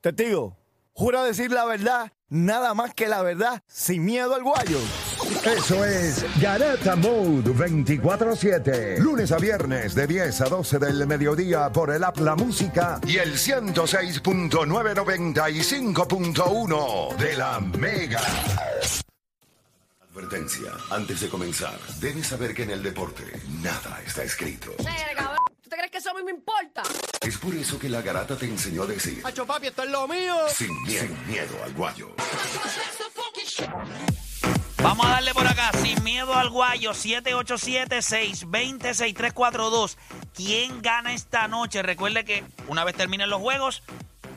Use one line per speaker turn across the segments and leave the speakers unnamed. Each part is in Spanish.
Testigo, jura decir la verdad, nada más que la verdad, sin miedo al guayo.
Eso es Garata Mode 24-7. Lunes a viernes de 10 a 12 del mediodía por el App La Música y el 106.995.1 de la Mega.
Advertencia. Antes de comenzar, debes saber que en el deporte nada está escrito.
Verga, cabrón. ¿Tú te crees que eso a mí me importa?
Es por eso que la garata te enseñó a decir
Hacho papi, esto es lo mío.
sin miedo, sin miedo al guayo.
Vamos a darle por acá, sin miedo al guayo, 787-620-6342. ¿Quién gana esta noche? Recuerde que una vez terminen los juegos,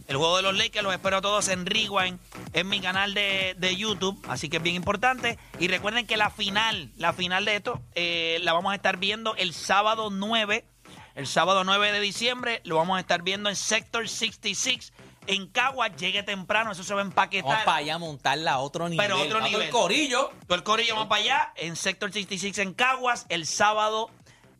el juego de los Lakers los espero a todos en Rewind, en mi canal de, de YouTube, así que es bien importante. Y recuerden que la final, la final de esto, eh, la vamos a estar viendo el sábado 9, el sábado 9 de diciembre, lo vamos a estar viendo en Sector 66, en Cagua, llegue temprano, eso se va a empaquetar.
Vamos para allá a montarla a otro nivel.
Pero otro
A todo
nivel.
el corillo.
Todo el corillo va para allá en Sector 66 en Caguas el sábado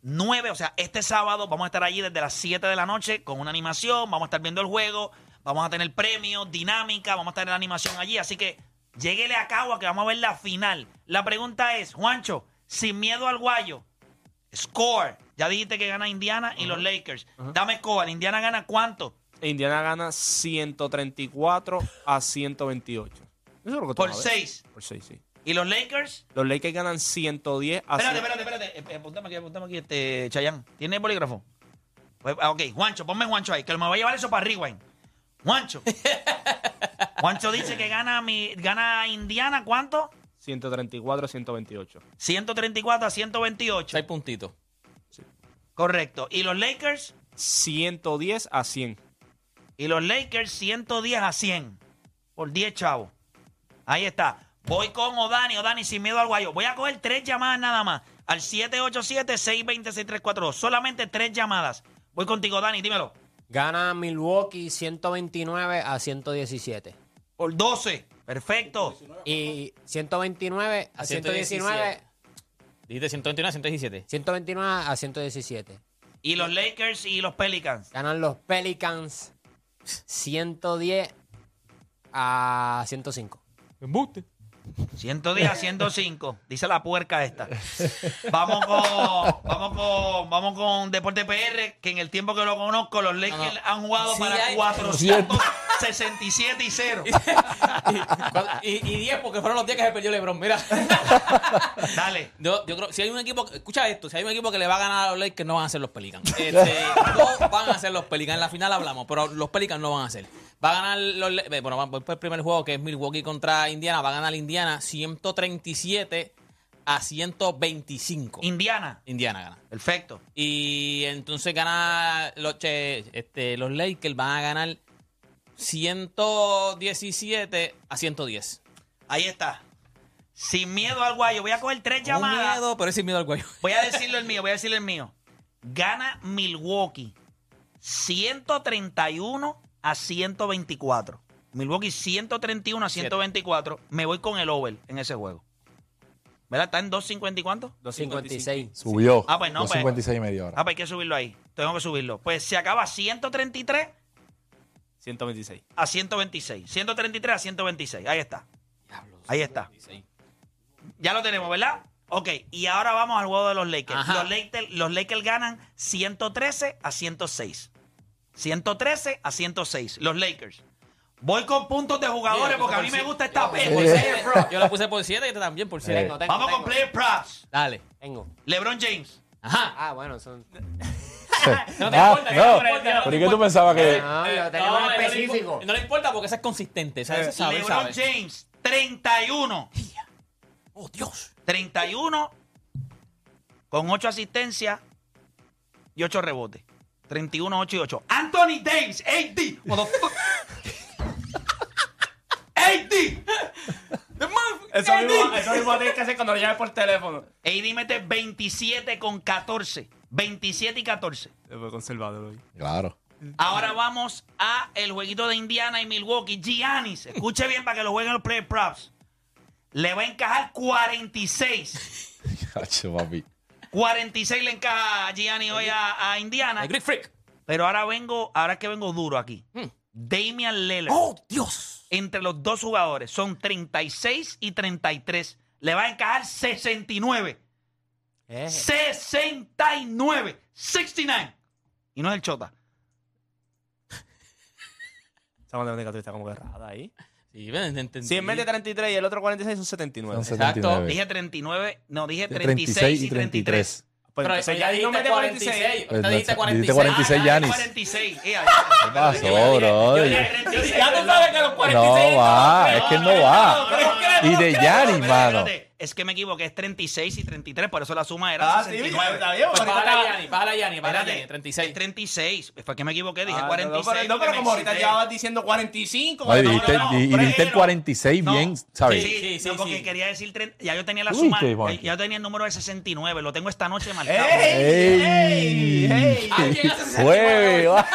9, o sea, este sábado vamos a estar allí desde las 7 de la noche con una animación, vamos a estar viendo el juego, vamos a tener premios, dinámica, vamos a tener la animación allí, así que lléguele a Caguas que vamos a ver la final. La pregunta es, Juancho, sin miedo al guayo, score, ya dijiste que gana Indiana y los Lakers, dame score, Indiana gana cuánto?
Indiana gana 134 a 128. Eso es lo que tú
Por
vas a ver.
seis.
Por 6, sí.
¿Y los Lakers?
Los Lakers ganan 110 a
Espérate,
100.
espérate, espérate. Eh, eh, Apuntame aquí, apuntame aquí, este, Chayán. ¿Tiene el bolígrafo? Pues, ah, ok, Juancho, ponme Juancho ahí, que me va a llevar eso para Rewind. Juancho. Juancho dice que gana, mi, gana Indiana, ¿cuánto?
134 a 128.
134 a 128.
Seis puntitos.
Correcto. ¿Y los Lakers?
110 a 100.
Y los Lakers 110 a 100. Por 10 chavos. Ahí está. Voy con O'Dani, O'Dani sin miedo al guayo. Voy a coger tres llamadas nada más. Al 787-620-6342. Solamente tres llamadas. Voy contigo, Dani, dímelo.
Gana Milwaukee 129 a 117.
Por 12. Perfecto.
Y 129 a 119.
119. Dijiste 129, 117.
129 a 117.
Y los Lakers y los Pelicans.
Ganan los Pelicans 110 a 105.
Embuste.
110 a 105. Dice la puerca esta. Vamos con, vamos con, vamos con Deporte PR, que en el tiempo que lo conozco, los Lakers han jugado
Sí,
para
hay-
467 y 0.
y, y 10 porque fueron los 10 que se perdió LeBron. Mira.
Dale.
Yo, yo creo, si hay un equipo, que- escucha esto, si hay un equipo que le va a ganar a los Lakers, no van a ser los Pelicans. Este, no van a ser los Pelicans. En la final hablamos, pero los Pelicans no van a ser. Va a ganar los Le- eh, Bueno, vamos por el primer juego que es Milwaukee contra Indiana. Va a ganar Indiana 137 a 125.
Indiana.
Indiana gana.
Perfecto.
Y entonces gana los, che- este, los Lakers van a ganar 117 a 110.
Ahí está. Sin miedo al guayo. Voy a coger tres
Con
llamadas.
miedo, pero es sin miedo al cuello.
Voy a decirlo el mío, voy a decirlo el mío. Gana Milwaukee 131 a 124. Milwaukee 131 a 124. Me voy con el over en ese juego. ¿Verdad? ¿Está en 250 y cuánto?
56.
Subió.
Ah, pues no, pues.
2.56 y media hora.
Ah, pues hay que subirlo ahí. Tengo que subirlo. Pues se acaba 133
126.
a 126. 133 a 126. Ahí está. Ahí está. Ya lo tenemos, ¿verdad? Ok, y ahora vamos al juego de los Lakers.
Ajá.
Los Lakers, los Lakers ganan 113 a 106. 113 a 106. Los Lakers. Voy con puntos de jugadores
Sí,
porque a mí
sí.
me gusta esta
Yo
pena.
la puse por siete, Yo la puse por 7 y tú también por 7.
Tengo, tengo,
Vamos con
tengo,
player props.
Dale.
tengo.
LeBron James.
Ajá.
Ah, bueno, son.
No te
Ah,
importa, no te
no.
importa, no te
¿Por qué
importa. Eh,
tú pensabas que.?
No, lo
No,
tenemos
no le
específico.
impo- No le importa porque esa es consistente. esa- esa sabe,
LeBron
sabe.
James. 31.
Oh, Dios.
31 con 8 asistencias y 8 rebotes. 31, 8 y 8. Anthony Davis, AD. motherfucker. AD.
Eso mismo, eso mismo tienes que hacer cuando le llames por teléfono.
AD mete 27 con 14. 27 y 14.
Fue conservador hoy.
Claro.
Ahora vamos a el jueguito de Indiana y Milwaukee. Giannis, escuche bien para que lo jueguen los player props. Le va a encajar 46.
Cacho, papi.
46 le encaja a Giannis hoy a, a Indiana.
El Greek Freak.
Pero ahora vengo, ahora es que vengo duro aquí. Damian Lillard.
Hmm. ¡Oh, Dios!
Entre los dos jugadores son 36 y 33. Le va a encajar 69.
Eh,
69. 69. Y no es el chota.
Esa matemática tuya está como que errada ahí.
Sí, ven, entendí.
Si en vez de 33 y el otro 46 son 79.
Son
Exacto.
79.
Dije 39. No, dije 36,
36
y
Eh. y
33.
33.
Pues
Pero
entonces
ya
ya no
dijiste
mete 46.
46. Ahorita
Pues,
dijiste
no, dijiste
Ah,
46.
46
dije
Yanis.
46. Ea,
¿Qué pasó, bro?
yo dije 36.
Ya tú sabes que los 46
No va, es que no va. Y de Yanis,
Espérate,
mano.
espérate. Es que me equivoqué, es 36 y 33, por eso la suma era
Ah, sí,
69.
está bien.
Pues
ahorita
bájala a
acaba-
Yanni, bájala a Yanni, bájala a
Espérate,
Yanni, 36.
es 36. Fue que me equivoqué, dije
Ah, no,
46.
No, pero, no,
porque
pero
me
como ahorita
excité.
llevabas diciendo 45.
No, y
bueno,
dijiste,
no, no,
y- y
pero-
dijiste el 46 bien, ¿sabes?
Sí, sí,
Sí, sí,
no, porque
sí.
quería decir 30. Ya yo tenía la
Uy,
suma.
qué
Ya
bonito.
yo tenía el número de 69. Lo tengo esta
Eh.
noche marcado.
¡Ey!
¡Ey!
¡Ey!
Ah, llegaste a 69.
¡Jueve! va.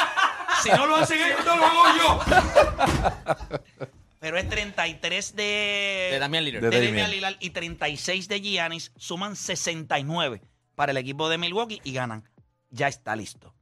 Si no lo hacen ellos, no lo hago yo. Pero es 33 de.
De Damián
De
Lillard.
de Damian
Damian.
Lillard y 36 de Giannis suman 69 para el equipo de Milwaukee y ganan. Ya está listo.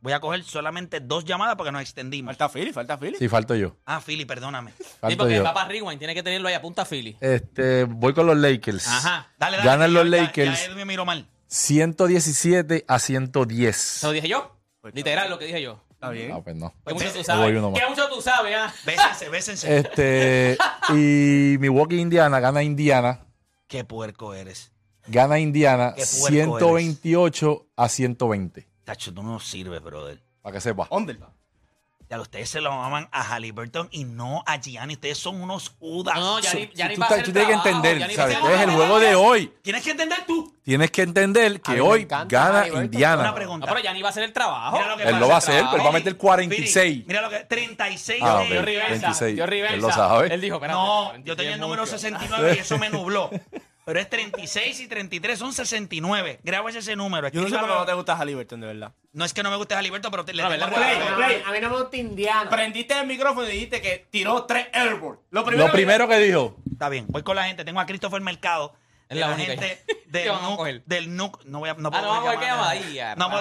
Voy a coger solamente dos llamadas porque nos extendimos.
Falta Philly, falta Philly.
Sí, falto yo.
Ah, Philly, perdóname.
Sí,
Falto
porque
yo.
va para Rewind, tiene que tenerlo ahí a punta Philly.
Este, voy con los Lakers.
Ajá.
Ah, Dale, dale.
Ganan los
Ya- ya-
Lakers.
Ya, Edwin me miró mal.
117 a
¿Se lo
110.
dije yo? Literal, lo que dije yo.
Está bien.
Ah, pues no.
Que mucho tú
Voy
sabes.
uno más.
Que mucho tú sabes, ah.
Bésense, bésense.
Este, y Milwaukee Indiana gana Indiana,
Qué puerco eres.
gana Indiana
Qué puerco
128 a 120.
Tacho, tú no sirves, brother.
Para que sepa.
Under.
Ya ustedes se lo aman a Halliburton y no a Gianni. Ustedes son unos judas.
No, ya ni, ya ni
tú
va a
estás-
hacer
tú tienes que
trabajo,
entender,
ya ni va a
¿sabes?
hacer
Este es el
trabajo.
juego de hoy.
Tienes que entender tú.
Tienes que entender
A
que
mí me
hoy
encanta
gana
Halliburton.
Una
Indiana.
pregunta.
No, Ah, pero ya ni va a hacer el trabajo.
Mira lo que
Él
pasa.
lo va a hacer, pero va a
Fili,
meter 46.
Fili, Mira lo que 36
Ah,
de-
ok.
de-
26.
Yo reversa.
Él lo sabe.
Él dijo, espérate.
No,
26
yo tenía el
es
número
mucho.
69 y eso me nubló. Pero es 36 y 33, son 69. Grabas ese número.
Yo no sé por qué
escríbalo.
no te gusta Halliburton, de verdad.
No es que no me guste Jaliberto, pero te, le
No,
tengo
¿verdad?
respeto.
Play,
a,
play.
mí, a mí no me gusta Indiana.
Prendiste el micrófono y dijiste que tiró tres airballs.
Lo primero que dijo.
Está bien, voy con la gente. Tengo a Christopher Mercado.
Es la
de
única.
gente
¿Qué
del
vamos a
NUC.
coger?
Del NUC. No voy a. No
Ah,
puedo
no, vamos a ver
llamar
qué
nada.
llama ahí.
No puedo